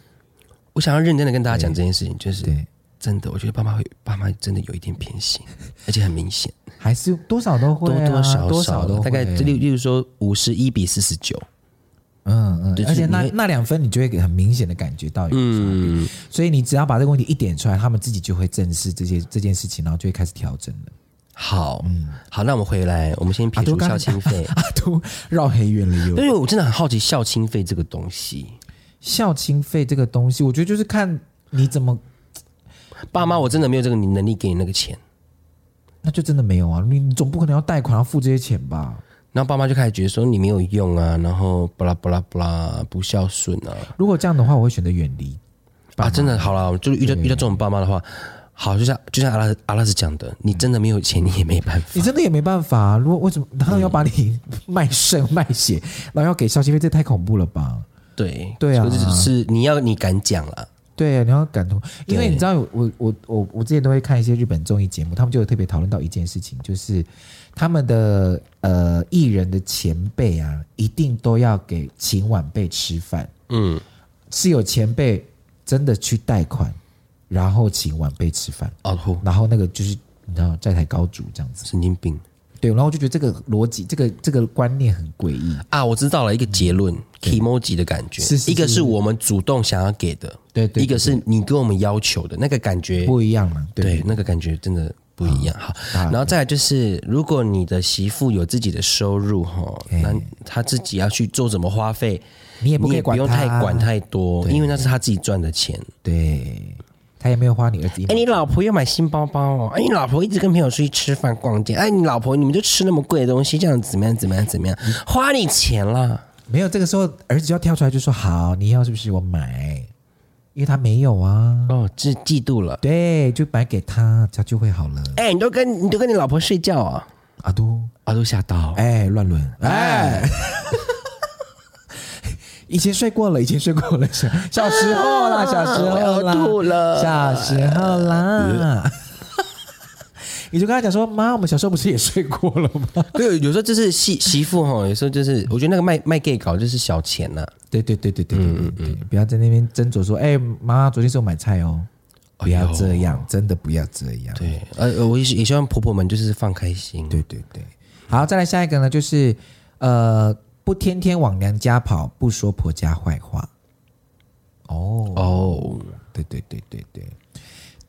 Speaker 1: 我想要认真的跟大家讲这件事情，就是
Speaker 2: 对，
Speaker 1: 真的，我觉得爸妈会爸妈真的有一点偏心，而且很明显。
Speaker 2: 还是多少都会、
Speaker 1: 多
Speaker 2: 啊，
Speaker 1: 多少
Speaker 2: 多
Speaker 1: 少
Speaker 2: 少都
Speaker 1: 的，
Speaker 2: 会
Speaker 1: 大概例例如说五十一比四十九，
Speaker 2: 嗯嗯
Speaker 1: 就，是
Speaker 2: 而且那
Speaker 1: 你会
Speaker 2: 那两分你就会很明显的感觉到有
Speaker 1: 嗯
Speaker 2: 差别，所以你只要把这个问题一点出来，他们自己就会正视这些这件事情，然后就会开始调整了。
Speaker 1: 好，好，那我们回来，我们先
Speaker 2: 嗯啊
Speaker 1: 撇
Speaker 2: 都
Speaker 1: 除
Speaker 2: 刚
Speaker 1: 校庆 费，
Speaker 2: 啊，都绕黑远了
Speaker 1: 因
Speaker 2: 又。
Speaker 1: 为我真的很好奇校庆费这个东西。
Speaker 2: 校庆费这个东西，我觉得就是看你怎么，
Speaker 1: 爸妈，我真的没有这个能力给你那个钱，
Speaker 2: 那就真的没有啊，你你总不可能要贷款要付这些钱吧？
Speaker 1: 然后爸妈就开始觉得说你没有用啊，然后巴拉巴拉巴拉不孝顺啊
Speaker 2: 如果这样的话，我会选择远离。
Speaker 1: 啊，真的好啦，就是遇到遇到这种爸妈的话，好，就像就像阿拉阿拉斯讲的，你真的没有钱，你也没办法
Speaker 2: 你。真的也没办法、啊，如果为什么他们要把你 卖肾卖血，然后要给校庆费，这太恐怖了吧？
Speaker 1: 对
Speaker 2: 对啊
Speaker 1: 就是是你要你敢讲啦，
Speaker 2: 对，啊你要感同，因为
Speaker 1: 对
Speaker 2: 你知道有，我我我我之前都会看一些日本综艺节目，他们就有特别讨论到一件事情，就是他们的呃艺人的前辈啊，一定都要给请晚辈吃饭，
Speaker 1: 嗯，
Speaker 2: 是有前辈真的去贷款，然后请晚辈吃饭，
Speaker 1: 哦吼，
Speaker 2: 然后那个就是你知道债台高筑这样子，
Speaker 1: 神经病。
Speaker 2: 对，然后我就觉得这个逻辑，这个这个观念很诡异，
Speaker 1: 啊，我知道了一个结论，emoji 的感觉，
Speaker 2: 是是
Speaker 1: 一个嗯
Speaker 2: 是
Speaker 1: 是我们主动想要给的，
Speaker 2: 对对
Speaker 1: 一个是你跟我们要求的那个感觉，
Speaker 2: 不一样嘛，对
Speaker 1: 对，那个感觉真的不一样哈。
Speaker 2: 啊
Speaker 1: 然后再来就是，如果你的媳妇有自己的收入哈，那她自己要去做怎么花费，
Speaker 2: 你也不
Speaker 1: 哎你
Speaker 2: 可以
Speaker 1: 也不
Speaker 2: 管
Speaker 1: 用太
Speaker 2: 他啊
Speaker 1: 管太多，因为那是她自己赚的钱。
Speaker 2: 对，他也没有花你儿子一毛
Speaker 1: 哎，你老婆又买新包包哦，哎，你老婆一直跟朋友出去吃饭逛街，哎，你老婆你们就吃那么贵的东西，这样怎么样怎么样怎么样，花你钱啦。
Speaker 2: 没有，这个时候儿子就要跳出来就说：“好，你要是不是我买？”因为他没有啊，
Speaker 1: 哦，这嫉妒了。
Speaker 2: 对，就买给他，他就会好了。
Speaker 1: 哎、你都跟你都跟你老婆睡觉啊？
Speaker 2: 阿都，
Speaker 1: 啊，都吓到。
Speaker 2: 哎，乱伦，哎， 以前睡过了，以前睡过了，小小时候啦，小时候啦，
Speaker 1: 我要吐了
Speaker 2: 小时候啦。 你就跟他讲说：“妈，我们小时候不是也睡过了吗
Speaker 1: 对，有时候就是媳媳妇哈，有时候就是我觉得那个卖卖 gay 搞就是小钱啊呐、？”
Speaker 2: 对对对对对对对对，嗯不要在那边斟酌说：“哎，妈，昨天是我买菜哦。”不要这样，真的不要这样。
Speaker 1: 对，呃，我也也希望婆婆们就是放开心。
Speaker 2: 对对对，好，再来下一个呢，就是呃，不天天往娘家跑，不说婆家坏话。哦，
Speaker 1: 哦，
Speaker 2: 对对对对对。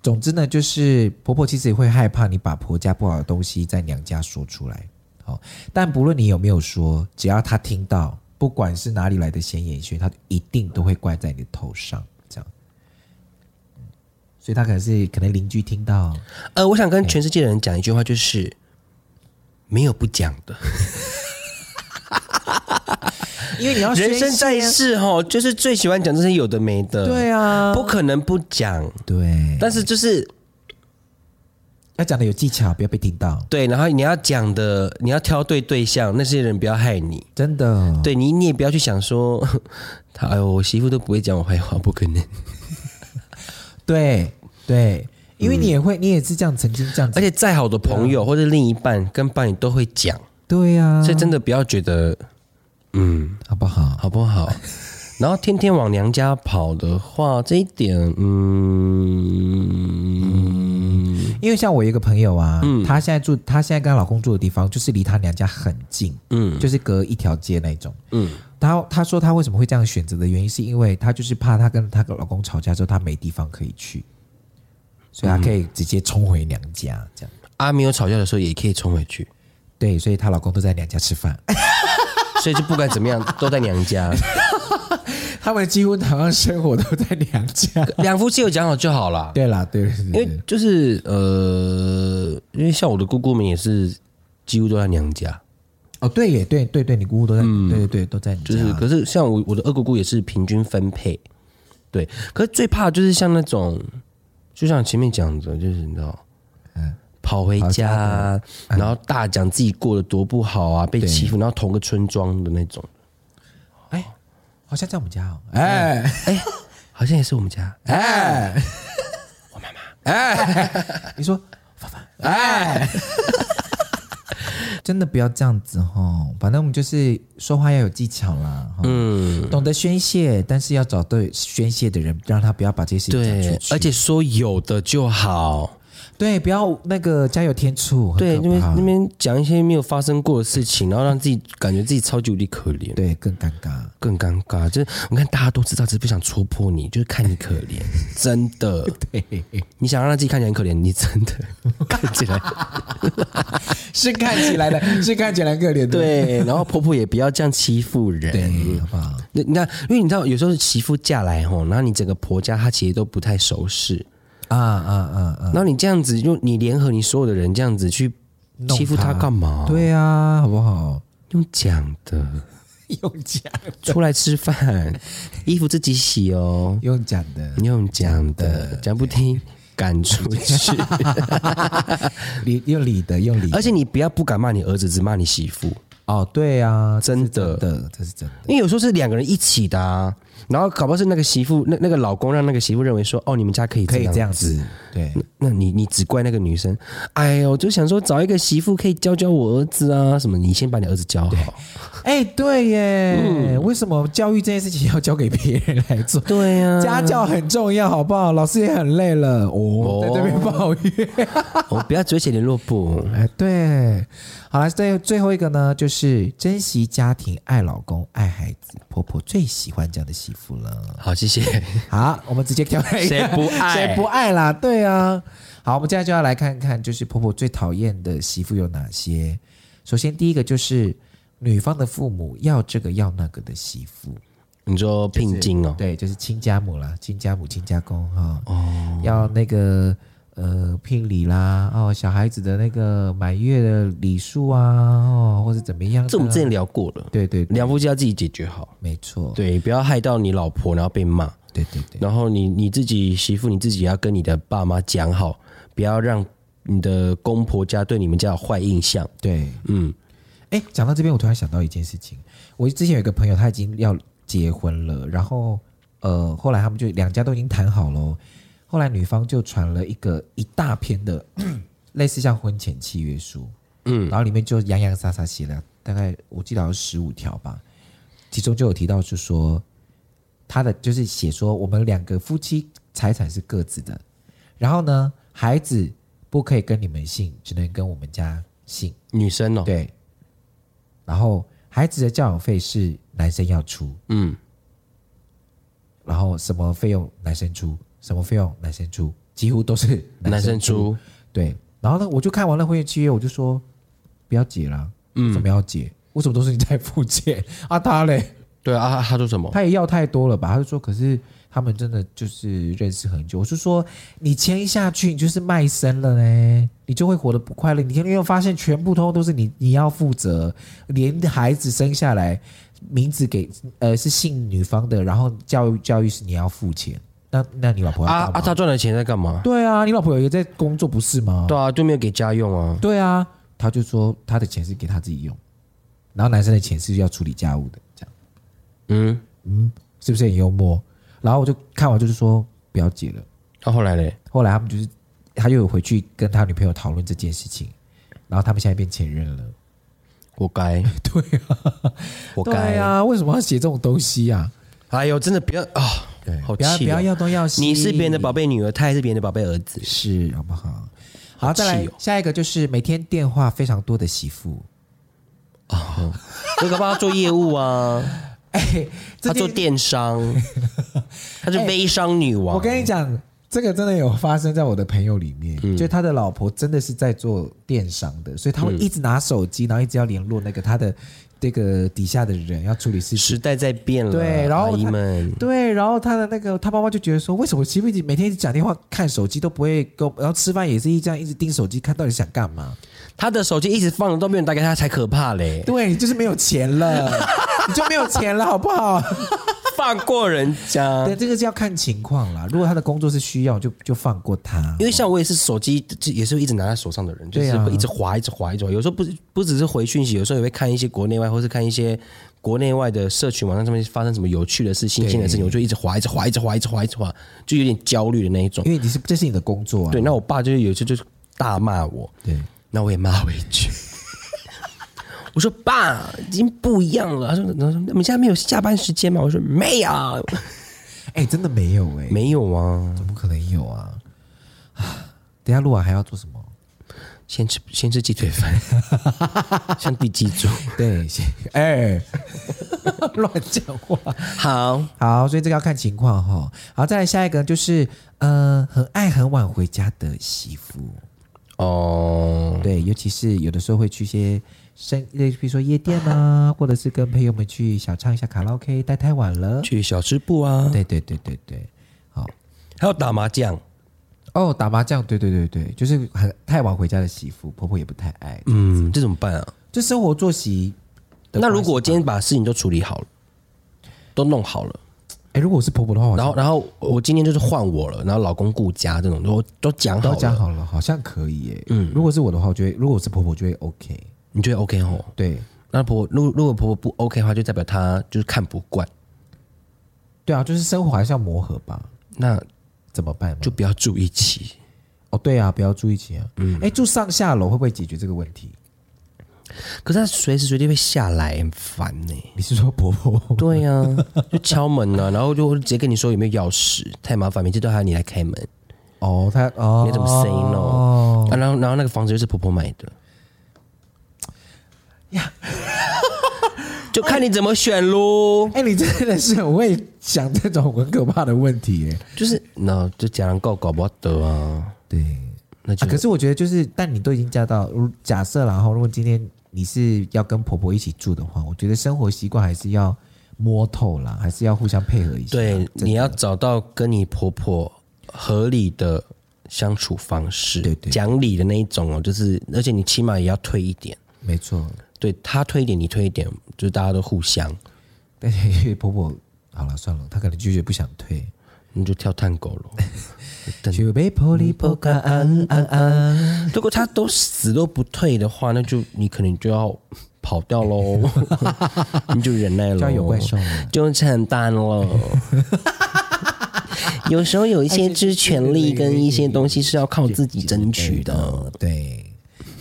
Speaker 2: 总之呢，就是婆婆其实也会害怕你把婆家不好的东西在娘家说出来。哦，但不论你有没有说，只要她听到，不管是哪里来的闲言闲语，她一定都会怪在你的头上。这样，嗯所以她可能是可能邻居听到，
Speaker 1: 呃，我想跟全世界的人讲一句话，就是没有不讲的。
Speaker 2: 因为你要
Speaker 1: 人生
Speaker 2: 宣泄啊
Speaker 1: 在世哈，就是最喜欢讲这些有的没的。
Speaker 2: 对啊，
Speaker 1: 不可能不讲，
Speaker 2: 对，
Speaker 1: 但是就是
Speaker 2: 要讲的有技巧，不要被听到，
Speaker 1: 对，然后你要讲的，你要挑对对象，那些人不要害你。
Speaker 2: 真的。
Speaker 1: 对你，你也不要去想说，他哎呦，我媳妇都不会讲我坏话，不可能。
Speaker 2: 对对，因为你也会，你也是这样，曾经这样
Speaker 1: 嗯
Speaker 2: 子，
Speaker 1: 而且再好的朋友或者另一半跟伴侣都会讲，
Speaker 2: 对呀、啊
Speaker 1: 所以真的不要觉得，嗯，
Speaker 2: 好不好？
Speaker 1: 好不好？ 然后天天往娘家跑的话，这一点，嗯，
Speaker 2: 因为像我一个朋友啊，她现在住，她现在跟她老公住的地方就是离她娘家很近，嗯，就是隔一条街那种，嗯。她她说她为什么会这样选择的原因，是因为她就是怕她跟她老公吵架之后，她没地方可以去，所以她可以直接冲回娘家这样。
Speaker 1: 阿没有吵架的时候也可以冲回去，
Speaker 2: 对，所以她老公都在娘家吃饭，
Speaker 1: 所以就不管怎么样都在娘家。
Speaker 2: 他们几乎好像生活都在娘家。
Speaker 1: 两夫妻有讲好就好啦。
Speaker 2: 对啦，对对对
Speaker 1: 因为就是呃，因为像我的姑姑们也是几乎都在娘家，
Speaker 2: 哦，对耶，对对对，你姑姑都在，对对对，都在你家。
Speaker 1: 就是可是像我我的二姑姑也是平均分配，对。可是最怕就是像那种，就像前面讲的，就是你知道，
Speaker 2: 嗯
Speaker 1: 跑回家啊，然后大讲自己过得多不好啊，被欺负，然后同个村庄的那 种，
Speaker 2: 哎，好像在我们家哦，哎
Speaker 1: 哎，好像也是我们家，
Speaker 2: 哎，我妈妈，哎，你说，凡凡，哎， 真的不要这样子哦。反正我们就是说话要有技巧啦，嗯，懂得宣泄，但是要找对宣泄的人，让他不要把这些事情讲
Speaker 1: 对
Speaker 2: 出，去，
Speaker 1: 而且说有的就好，
Speaker 2: 对，不要那个加油添醋，很
Speaker 1: 对，
Speaker 2: 可
Speaker 1: 那边
Speaker 2: 怕
Speaker 1: 那边讲一些没有发生过的事情，然后让自己感觉自己超级无敌可怜。
Speaker 2: 对更尴尬。
Speaker 1: 更尴尬，就是你看大家都知道，只是不想戳破你，就是看你可怜，真的。对，你想让自己看起来很可怜，你真的看起来
Speaker 2: 是看起来 的，是看起来可怜的，
Speaker 1: 对。然后婆婆也不要这样欺负人。
Speaker 2: 哎对，好不好？
Speaker 1: 那你看，因为你知道，有时候媳妇嫁来吼，然后你整个婆家她其实都不太熟识，
Speaker 2: 啊啊啊啊！
Speaker 1: 然后你这样子就你联合你所有的人这样子去欺负她干嘛？，
Speaker 2: 对啊，好不好？
Speaker 1: 用讲的，
Speaker 2: 用讲，
Speaker 1: 出来吃饭，衣服自己洗哦，
Speaker 2: 用讲的，
Speaker 1: 你用讲的，讲不听赶出去。
Speaker 2: 理用理的，用理的。
Speaker 1: 而且你不要不敢骂你儿子，只骂你媳妇，
Speaker 2: 哦，对啊，这
Speaker 1: 真
Speaker 2: 是真
Speaker 1: 的。
Speaker 2: 的，这是真的。
Speaker 1: 因为有时候是两个人一起的啊，然后搞不好是那个媳妇，那那个老公让那个媳妇认为说，哦，你们家可以
Speaker 2: 可以
Speaker 1: 样
Speaker 2: 这样子，嗯对，
Speaker 1: 那你你只怪那个女生，哎呦，就想说找一个媳妇可以教教我儿子啊，什么？你先把你儿子教好，
Speaker 2: 哎，对耶，为什么教育这件事情要交给别人来做？
Speaker 1: 对呀、
Speaker 2: 家教很重要，好不好？老师也很累了，哦，在这边抱怨。
Speaker 1: 我哦不要只会写联络簿，
Speaker 2: 哎，对， 好了，最最后一个呢，就是珍惜家庭，爱老公，爱孩子，婆婆最喜欢这样的媳妇了。
Speaker 1: 好，谢谢。
Speaker 2: 好，我们直接跳开一个，
Speaker 1: 谁不爱
Speaker 2: 谁不爱啦？对啊，好，我们接下来就要来看看，就是婆婆最讨厌的媳妇有哪些。首先，第一个就是女方的父母要这个要那个的媳妇，
Speaker 1: 你说聘金哦，
Speaker 2: 对，就是亲家母啦，亲家母、亲家公哈、哦，要那个呃聘礼啦，哦，小孩子的那个满月的礼数啊，哦，或者怎么样的，
Speaker 1: 这我们之前聊过了，
Speaker 2: 对对对，
Speaker 1: 两夫妻要自己解决好，
Speaker 2: 没错，
Speaker 1: 对，不要害到你老婆，然后被骂。
Speaker 2: 对对对，
Speaker 1: 然后你你自己媳妇你自己要跟你的爸妈讲好，不要让你的公婆家对你们家有坏印象。
Speaker 2: 对，
Speaker 1: 嗯，
Speaker 2: 哎，讲到这边，我突然想到一件事情，我之前有一个朋友，他已经要结婚了，然后呃，后来他们就两家都已经谈好喽，后来女方就传了一个一大篇的类似像婚前契约书，嗯，然后里面就洋洋洒洒写了大概我记得好像十五条吧，其中就有提到就说他的就是写说我们两个夫妻财产是各自的，然后呢，孩子不可以跟你们姓，只能跟我们家姓。
Speaker 1: 女生哦，
Speaker 2: 对，然后孩子的教养费是男生要出，
Speaker 1: 嗯，
Speaker 2: 然后什么费用男生出，什么费用男生出，几乎都是
Speaker 1: 男
Speaker 2: 生
Speaker 1: 生出，
Speaker 2: 对，然后呢，我就看完了婚约契约，我就说不要解啦，嗯，怎么要解？为什么都是你在付钱啊？他嘞，
Speaker 1: 对啊，啊他说什么？
Speaker 2: 他也要太多了吧？他就说，可是他们真的就是认识很久。我是说，你签下去，你就是卖身了呢，你就会活得不快乐。你天天又发现，全部通都是你你要负责，连孩子生下来，名字给呃是姓女方的，然后教育教育是你要付钱。那那你老婆要
Speaker 1: 啊
Speaker 2: 干嘛
Speaker 1: 啊，他赚的钱在干嘛？
Speaker 2: 对啊，你老婆有一个在工作不是吗？
Speaker 1: 对啊，就没有给家用啊。
Speaker 2: 对啊，他就说他的钱是给他自己用，然后男生的钱是要处理家务的，这样
Speaker 1: 嗯，
Speaker 2: 是不是很幽默？然后我就看完就是说不要结了。
Speaker 1: 那、后来嘞？
Speaker 2: 后来他们就是他又有回去跟他女朋友讨论这件事情，然后他们现在变前任了。
Speaker 1: 活该，
Speaker 2: 对啊，
Speaker 1: 活
Speaker 2: 对
Speaker 1: 该。
Speaker 2: 啊，为什么要写这种东西啊？
Speaker 1: 哎呦，真的不要啊、
Speaker 2: 对，
Speaker 1: 好
Speaker 2: 不要
Speaker 1: 气
Speaker 2: 不
Speaker 1: 哦
Speaker 2: 要要东要西，
Speaker 1: 你是别人的宝贝女儿，她也是别人的宝贝儿子。
Speaker 2: 是好不好？好，
Speaker 1: 好
Speaker 2: 再来
Speaker 1: 气哦
Speaker 2: 下一个就是每天电话非常多的媳妇，
Speaker 1: 我搞不好她做业务 啊，
Speaker 2: 哎，
Speaker 1: 她
Speaker 2: 这
Speaker 1: 做
Speaker 2: 件
Speaker 1: 电 商，她是微商女王。
Speaker 2: 我跟你讲，这个真的有发生在我的朋友里面，
Speaker 1: 嗯
Speaker 2: 就他的老婆真的是在做电商的，所以他会
Speaker 1: 嗯
Speaker 2: 一直拿手机，然后一直要联络那个他的这个底下的人要处理事情。
Speaker 1: 时代在变了，
Speaker 2: 对然后
Speaker 1: 阿姨
Speaker 2: 她
Speaker 1: 们，
Speaker 2: 对，然后他的那个他妈妈就觉得说，为什么媳妇一直每天一直讲电话、看手机都不会跟我，然后吃饭也是一这样一直盯手机，看到底想干嘛？
Speaker 1: 她的手机一直放着都没有人打给她，才可怕嘞。
Speaker 2: 对，就是没有钱了， 你就没有钱了，好不好？
Speaker 1: 放过人家，
Speaker 2: 对，这个是要看情况啦。如果他的工作是需要，就就放过他。
Speaker 1: 因为像我也是手机，就也是一直拿在手上的人，就
Speaker 2: 对
Speaker 1: 是
Speaker 2: 啊
Speaker 1: 会一直滑，一直滑，一直滑。有时候不不只是回讯息，有时候也会看一些国内外，或是看一些国内外的社群网站上面发生什么有趣的事、新鲜的事情，我就一直滑，一直滑，一直滑，一直滑，一直滑，就有点焦虑的那一种。
Speaker 2: 因为你是这是你的工作啊。
Speaker 1: 对，那我爸就是有一次就是大骂我，
Speaker 2: 对。
Speaker 1: 那我也骂回去。 我说爸，已经不一样了。他说：“他说你们现在没有下班时间吗？”我说：“没有，
Speaker 2: 哎、真的没有哎、
Speaker 1: 没有啊，
Speaker 2: 怎么可能有啊？等一下录完还要做什么？
Speaker 1: 先吃先吃鸡腿 饭，像地基主。
Speaker 2: 对，先 哎，乱讲话。
Speaker 1: 好，
Speaker 2: 好，所以这个要看情况哈、好，再来下一个就是，呃，很爱很晚回家的媳妇，
Speaker 1: 哦，
Speaker 2: 对，尤其是有的时候会去一些深，类似比如说夜店啊，或者是跟朋友们去小唱一下卡拉 OK，待太晚了。
Speaker 1: 去小吃部啊，
Speaker 2: 对对对对对，好。
Speaker 1: 还有打麻将，
Speaker 2: 哦，打麻将，对对对对，就是很太晚回家的媳妇，婆婆也不太爱，
Speaker 1: 嗯，这怎么办啊？
Speaker 2: 就生活作息的关系吧。
Speaker 1: 那如果我今天把事情都处理好了，都弄好了，
Speaker 2: 哎，如果我是婆婆的话，我
Speaker 1: 然后然后我今天就是换我了，然后老公顾家这种都都讲好
Speaker 2: 都
Speaker 1: 了，
Speaker 2: 讲好了，好像可以耶。嗯，如果是我的话，我觉得如果我是婆婆，我就会 OK。
Speaker 1: 你觉得 OK 吼？
Speaker 2: 对，
Speaker 1: 那婆婆如如果婆婆不 OK 的话，就代表她就是看不惯，
Speaker 2: 对啊，就是生活还是要磨合吧，
Speaker 1: 那
Speaker 2: 怎么办嘛？
Speaker 1: 就
Speaker 2: 就
Speaker 1: 不要住一起。
Speaker 2: 哦，对啊，不要住一起啊。嗯，哎，住上下楼会不会解决这个 问题？
Speaker 1: 可是她随时随地会下来，很烦呢、
Speaker 2: 你是说婆婆？
Speaker 1: 对呀、就敲门啊，然后就直接跟你说有没有钥匙，太麻烦，每次都还要你来开门。
Speaker 2: 哦，她哦，
Speaker 1: 你怎么 say no？
Speaker 2: 哦，
Speaker 1: 啊，然后然后那个房子又是婆婆买的，呀，就看你怎么选喽。
Speaker 2: 哎，你真的是很会想这种很可怕的问题耶。
Speaker 1: 就是那就家人够搞不得啊，
Speaker 2: 对，
Speaker 1: 那
Speaker 2: 啊，
Speaker 1: 就、
Speaker 2: 可是我觉得就是，但你都已经嫁到，如假设然后如果今天你是要跟婆婆一起住的话，我觉得生活习惯还是要摸透啦，还是要互相配合一下。
Speaker 1: 对，你要找到跟你婆婆合理的相处方式，
Speaker 2: 对对
Speaker 1: 讲理的那一种哦，就是而且你起码也要退一点，
Speaker 2: 没错，
Speaker 1: 对她退一点，你退一点，就是大家都互相，
Speaker 2: 但是因为婆婆好了算了，她可能拒绝不想退。
Speaker 1: 你就跳探狗了。
Speaker 2: 就被婆里婆啊卡安安安，
Speaker 1: 如果他都死都不退的话，那就你可能就要跑掉喽，你就忍耐
Speaker 2: 就
Speaker 1: 喽，
Speaker 2: 要有怪兽了。
Speaker 1: 就惨淡了。有时候有一些之权利跟一些东西是要靠自己争取的。
Speaker 2: 对，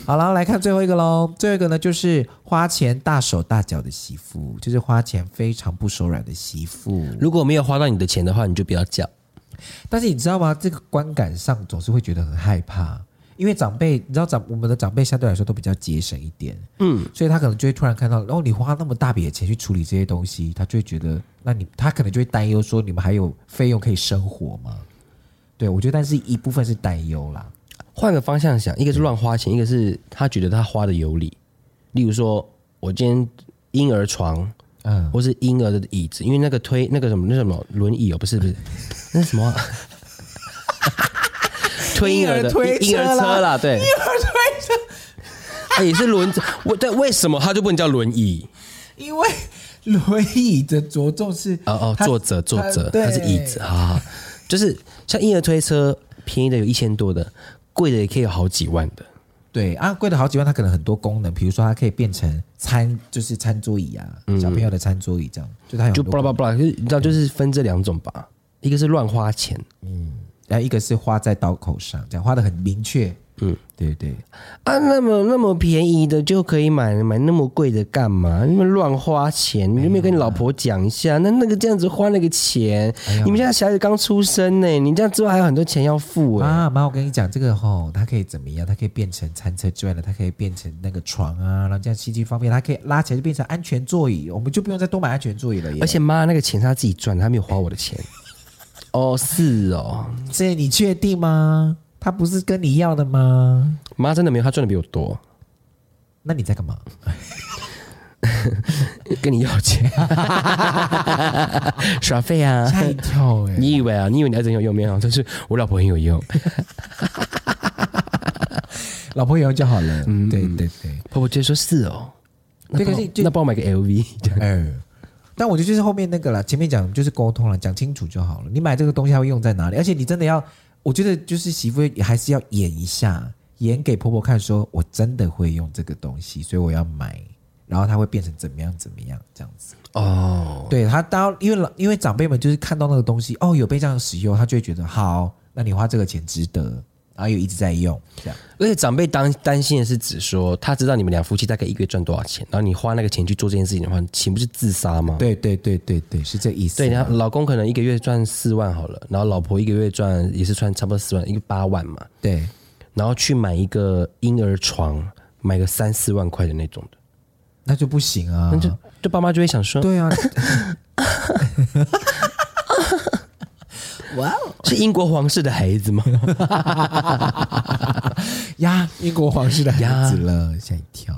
Speaker 2: 好了，来看最后一个喽。最后一个呢，就是花钱大手大脚的媳妇，就是花钱非常不手软的媳妇。
Speaker 1: 如果没有花到你的钱的话，你就不要叫。
Speaker 2: 但是你知道吗？这个观感上总是会觉得很害怕，因为长辈，你知道长我们的长辈相对来说都比较节省一点，嗯，所以他可能就会突然看到，然、哦后你花那么大笔的钱去处理这些东西，他就会觉得，那你他可能就会担忧说，你们还有费用可以生活吗？对，我觉得，但是一部分是担忧啦，
Speaker 1: 换个方向想，一个是乱花钱，一个是他觉得他花的有理。例如说，我今天婴儿床
Speaker 2: 嗯，
Speaker 1: 或是婴儿的椅子，因为那个推那个什么那什么轮椅哦，不是不是，那是什么啊、推婴儿的
Speaker 2: 婴儿推车啦
Speaker 1: 婴儿车啦，对，婴儿推车，也是轮子。我但为什么它就不能叫轮椅？
Speaker 2: 因为轮椅的着重是
Speaker 1: 哦哦，
Speaker 2: 它
Speaker 1: 坐着坐着，
Speaker 2: 对
Speaker 1: 它是椅子啊，就是像婴儿推车，便宜的有一千多的，贵的也可以有好几万的。
Speaker 2: 对啊，贵了好几万，它可能很多功能，比如说它可以变成餐，就是餐桌椅啊，小朋友的餐桌椅这样，就它有
Speaker 1: 就
Speaker 2: 很
Speaker 1: 巴
Speaker 2: 多
Speaker 1: 拉巴拉巴拉，就是你知道，就是分这两种吧。一个是乱花钱，
Speaker 2: 哎然后一个是花在刀口上，这样花的很明确，嗯，对对，
Speaker 1: 啊，那么那么便宜的就可以买，买那么贵的干嘛？你们乱花钱，你有没有跟你老婆讲一下？那那个这样子花那个钱，你们家小孩子刚出生呢、你这样之后还有很多钱要付哎、
Speaker 2: 妈妈，啊我跟你讲，这个吼、它可以怎么样？它可以变成餐车之外的，它可以变成那个床啊，然后这样吸气方便，它可以拉起来就变成安全座椅，我们就不用再多买安全座椅了耶。
Speaker 1: 而且妈那个钱是她自己赚的，她没有花我的钱。 哦，是哦，
Speaker 2: 这你确定吗？他不是跟你要的 吗？
Speaker 1: 妈真的没有，她赚的比我多，
Speaker 2: 那你在干嘛？
Speaker 1: 跟你要 钱，耍废啊！
Speaker 2: 吓一跳哎、
Speaker 1: 你以为啊？你以为你儿子很有用没有？但是我老婆很有用，
Speaker 2: 老婆有用就好了。嗯，对对对。
Speaker 1: 婆婆直接说是哦。那
Speaker 2: 对
Speaker 1: 帮
Speaker 2: 可是就
Speaker 1: 那帮我买个 LV，
Speaker 2: 哎，但我觉得就是后面那个啦，前面讲就是沟通了，讲清楚就好了。你买这个东西它会用在哪里？而且你真的要，我觉得就是媳妇还是要演一下，演给婆婆看说，我真的会用这个东西，所以我要买，然后它会变成怎么样怎么样这样子。
Speaker 1: 哦，
Speaker 2: 对他当因为老因为长辈们就是看到那个东西，哦，有被这样使用，他就会觉得好，那你花这个钱值得，然后又一直在用这样。
Speaker 1: 而且长辈担担心的是指说，他知道你们俩夫妻大概一个月赚多少钱，然后你花那个钱去做这件事情的话，岂不是自杀吗？啊
Speaker 2: 对对对对对，是这意思。
Speaker 1: 对，然后老公可能一个月赚四万好了，然后老婆一个月赚也是赚差不多四万，一个八万嘛，
Speaker 2: 对，
Speaker 1: 然后去买一个婴儿床，买个三四万块的那种的，
Speaker 2: 那就不行啊。
Speaker 1: 那就就爸妈就会想说，
Speaker 2: 对啊，哇哦
Speaker 1: 是英国皇室的孩子吗？
Speaker 2: 呀，英国皇室的孩子了，吓一跳。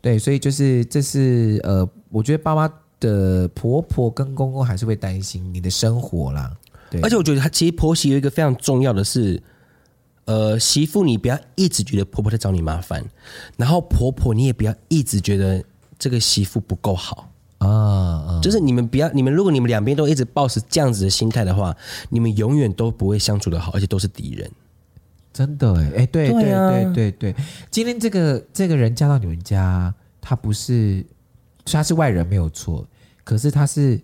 Speaker 2: 对，所以就是这是呃，我觉得爸妈的婆婆跟公公还是会担心你的生活啦。对，
Speaker 1: 而且我觉得她其实婆媳有一个非常重要的是，呃，媳妇你不要一直觉得婆婆在找你麻烦，然后婆婆你也不要一直觉得这个媳妇不够好。
Speaker 2: 啊啊，
Speaker 1: 就是你们不要，你们如果你们两边都一直抱持这样子的心态的话，你们永远都不会相处的好，而且都是敌人。
Speaker 2: 真的哎、哎，对
Speaker 1: 对
Speaker 2: 对
Speaker 1: 啊
Speaker 2: 对对对，今天这个这个人嫁到你们家，他不是他是外人没有错，可是他是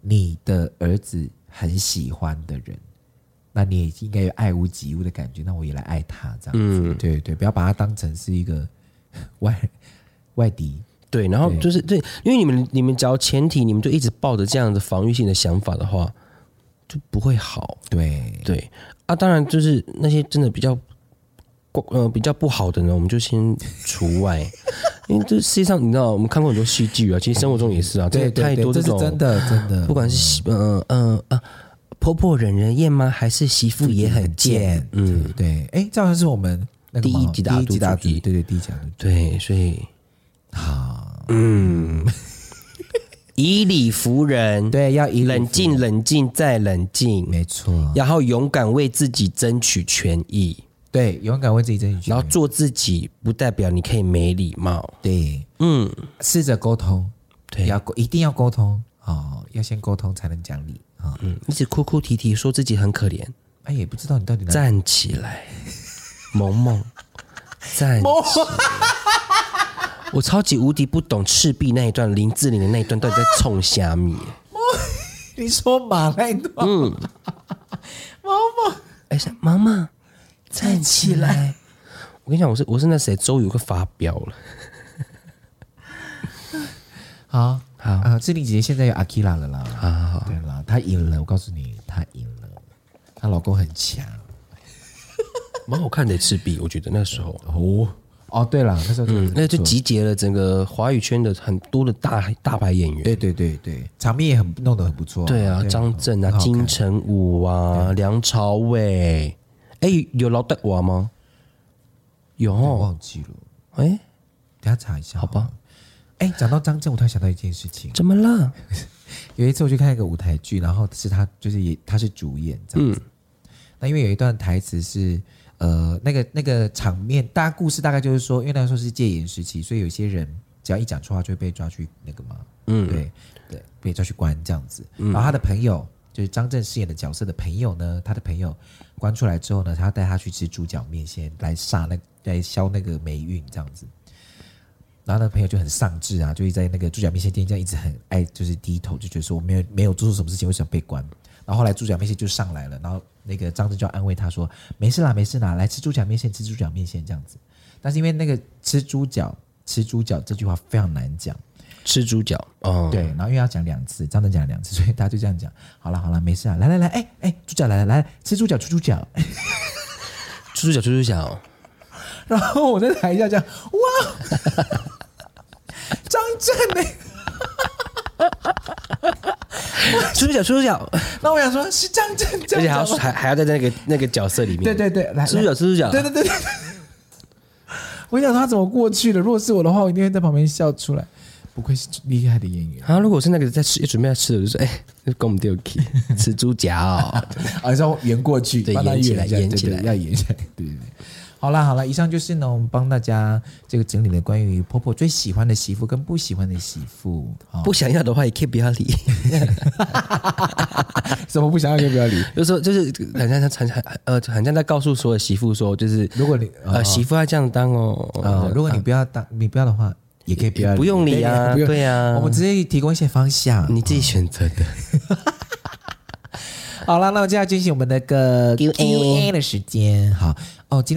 Speaker 2: 你的儿子很喜欢的人，那你也应该有爱屋及乌的感觉，那我也来爱他这样子，
Speaker 1: 嗯
Speaker 2: 对对，不要把他当成是一个 外外敌，
Speaker 1: 对，然后就是对，因为你们你们只要前提你们就一直抱着这样的防御性的想法的话，就不会好。
Speaker 2: 对
Speaker 1: 对啊，当然就是那些真的比较过呃比较不好的呢，我们就先除外，因为这世界上你知道，我们看过很多戏剧啊，其实生活中也是啊，
Speaker 2: 对
Speaker 1: 真的
Speaker 2: 对
Speaker 1: 太
Speaker 2: 对，
Speaker 1: 多
Speaker 2: 这是
Speaker 1: 种
Speaker 2: 真的真的，
Speaker 1: 不管是媳呃呃啊婆婆惹人厌吗？还是媳妇也很贱？嗯，
Speaker 2: 嗯对，哎，这好像是我们那个
Speaker 1: 第一
Speaker 2: 嘛
Speaker 1: 集的
Speaker 2: 第
Speaker 1: 阿
Speaker 2: 一
Speaker 1: 杜
Speaker 2: 集的阿
Speaker 1: 主
Speaker 2: 杜
Speaker 1: 义
Speaker 2: 对对第一集的阿杜
Speaker 1: 对，所以
Speaker 2: 好。
Speaker 1: 嗯，以理服人，
Speaker 2: 对，要以理
Speaker 1: 冷
Speaker 2: 服
Speaker 1: 静，冷静再冷静，
Speaker 2: 没错，
Speaker 1: 然后勇敢为自己争取权益，
Speaker 2: 对，勇敢为自己争取权
Speaker 1: 然
Speaker 2: 益
Speaker 1: 后做自己不代表你可以没礼貌。
Speaker 2: 对，
Speaker 1: 嗯，
Speaker 2: 试着沟通，
Speaker 1: 对
Speaker 2: 要沟一定要沟通哦，要先沟通才能讲理啊。哦
Speaker 1: 嗯，一直哭哭啼啼说自己很可怜，
Speaker 2: 哎，也不知道你到底哪里
Speaker 1: 站起 来，萌萌，站起来。 我超级无敌不懂赤壁那一段，林志玲的那一段到底在冲虾米？
Speaker 2: 你说马来诺，
Speaker 1: 嗯哎、是妈妈，站起来！我跟你讲，我是我是那谁周瑜快发飙了。
Speaker 2: 好
Speaker 1: 好
Speaker 2: 啊，志玲姐姐现在有阿 k i r a 了啦，
Speaker 1: 好好好，
Speaker 2: 对啦，她赢了，我告诉你，她赢了，她老公很强
Speaker 1: 蛮好看的赤壁，我觉得那时候，
Speaker 2: 哦。哦，对了，那时候真的
Speaker 1: 嗯
Speaker 2: 是，
Speaker 1: 那就
Speaker 2: 不错
Speaker 1: 集结了整个华语圈的很多的大大牌演员。
Speaker 2: 对对对对，场面也很弄得很不错。
Speaker 1: 对啊，张震啊，金城武啊，梁朝伟，哎、有老戴娃吗？有
Speaker 2: 我
Speaker 1: 哦，
Speaker 2: 忘记了，
Speaker 1: 哎、
Speaker 2: 等一下查一下。
Speaker 1: 好吧。
Speaker 2: 哎，讲到张震，我突然想到一件事情，
Speaker 1: 怎么了？
Speaker 2: 有一次我去看一个舞台剧，然后是他就是也他是主演这样子。那因为有一段台词是呃那个那个场面，大家故事大概就是说，因为那时候是戒严时期，所以有些人只要一讲错话就会被抓去那个嘛，嗯，对对，被抓去关这样子。然后他的朋友就是张震饰演的角色的朋友呢，他的朋友关出来之后呢，他带他去吃猪脚面线来杀那来消那个霉运这样子。然后那朋友就很丧志啊，就一直在那个猪脚面线店这样一直很爱，就是低头，就觉得说我没有没有做错什么事情，为什么被关？然后后来猪脚面线就上来了，然后那个张震就安慰他说：“没事啦，没事啦，来吃猪脚面线，吃猪脚面线这样子。”但是因为那个吃猪脚吃猪脚这句话非常难讲，
Speaker 1: 吃猪脚哦，
Speaker 2: 对，然后因为要讲两次，张震讲了两次，所以他就这样讲：“好了好了，没事啊，来来来，哎哎，猪脚来来来，吃猪脚吃猪脚。”
Speaker 1: 吃猪脚，吃猪 脚，
Speaker 2: 然后我在台下讲，哇， 张震呢？
Speaker 1: 吃猪脚，吃猪脚，
Speaker 2: 那我想说，是张震 这
Speaker 1: 而且还
Speaker 2: 样
Speaker 1: 要
Speaker 2: 讲吗？
Speaker 1: 还还要在那个那个角色里面，
Speaker 2: 对对对，来，
Speaker 1: 吃猪脚，
Speaker 2: 来
Speaker 1: 吃猪脚，。
Speaker 2: 对对对对。 我想说他怎么过去的？如果是我的话，我一定会在旁边笑出来。不愧是厉害的演员
Speaker 1: 啊，如果是那个在吃准备要吃的，我就说哎，跟我们 k 吃猪脚，
Speaker 2: 啊，是要圆过去，
Speaker 1: 对
Speaker 2: 帮他
Speaker 1: 演起来
Speaker 2: 一下
Speaker 1: 演
Speaker 2: 对
Speaker 1: 起
Speaker 2: 对
Speaker 1: 来
Speaker 2: 要演起来，对对对。好啦好啦，以上就是呢，我们帮大家这个整理了关于婆婆最喜欢的媳妇跟不喜欢的媳妇。好，
Speaker 1: 不想要的话也可以不 要理。
Speaker 2: 什么不想要就不要理。
Speaker 1: 就是说就是很像很像呃很像在告诉所有媳妇说，就是
Speaker 2: 如果你
Speaker 1: 呃媳妇要这样当哦，
Speaker 2: 啊，如果你不要当，你不要的话，也可以不要理，
Speaker 1: 不用理啊，
Speaker 2: 不用
Speaker 1: 对啊，
Speaker 2: 我们只是提供一些方向。
Speaker 1: 你自己选择的。
Speaker 2: 好了，那我就要进行我们的个
Speaker 1: Q&A
Speaker 2: Q&A 的时间。好，哦，今天。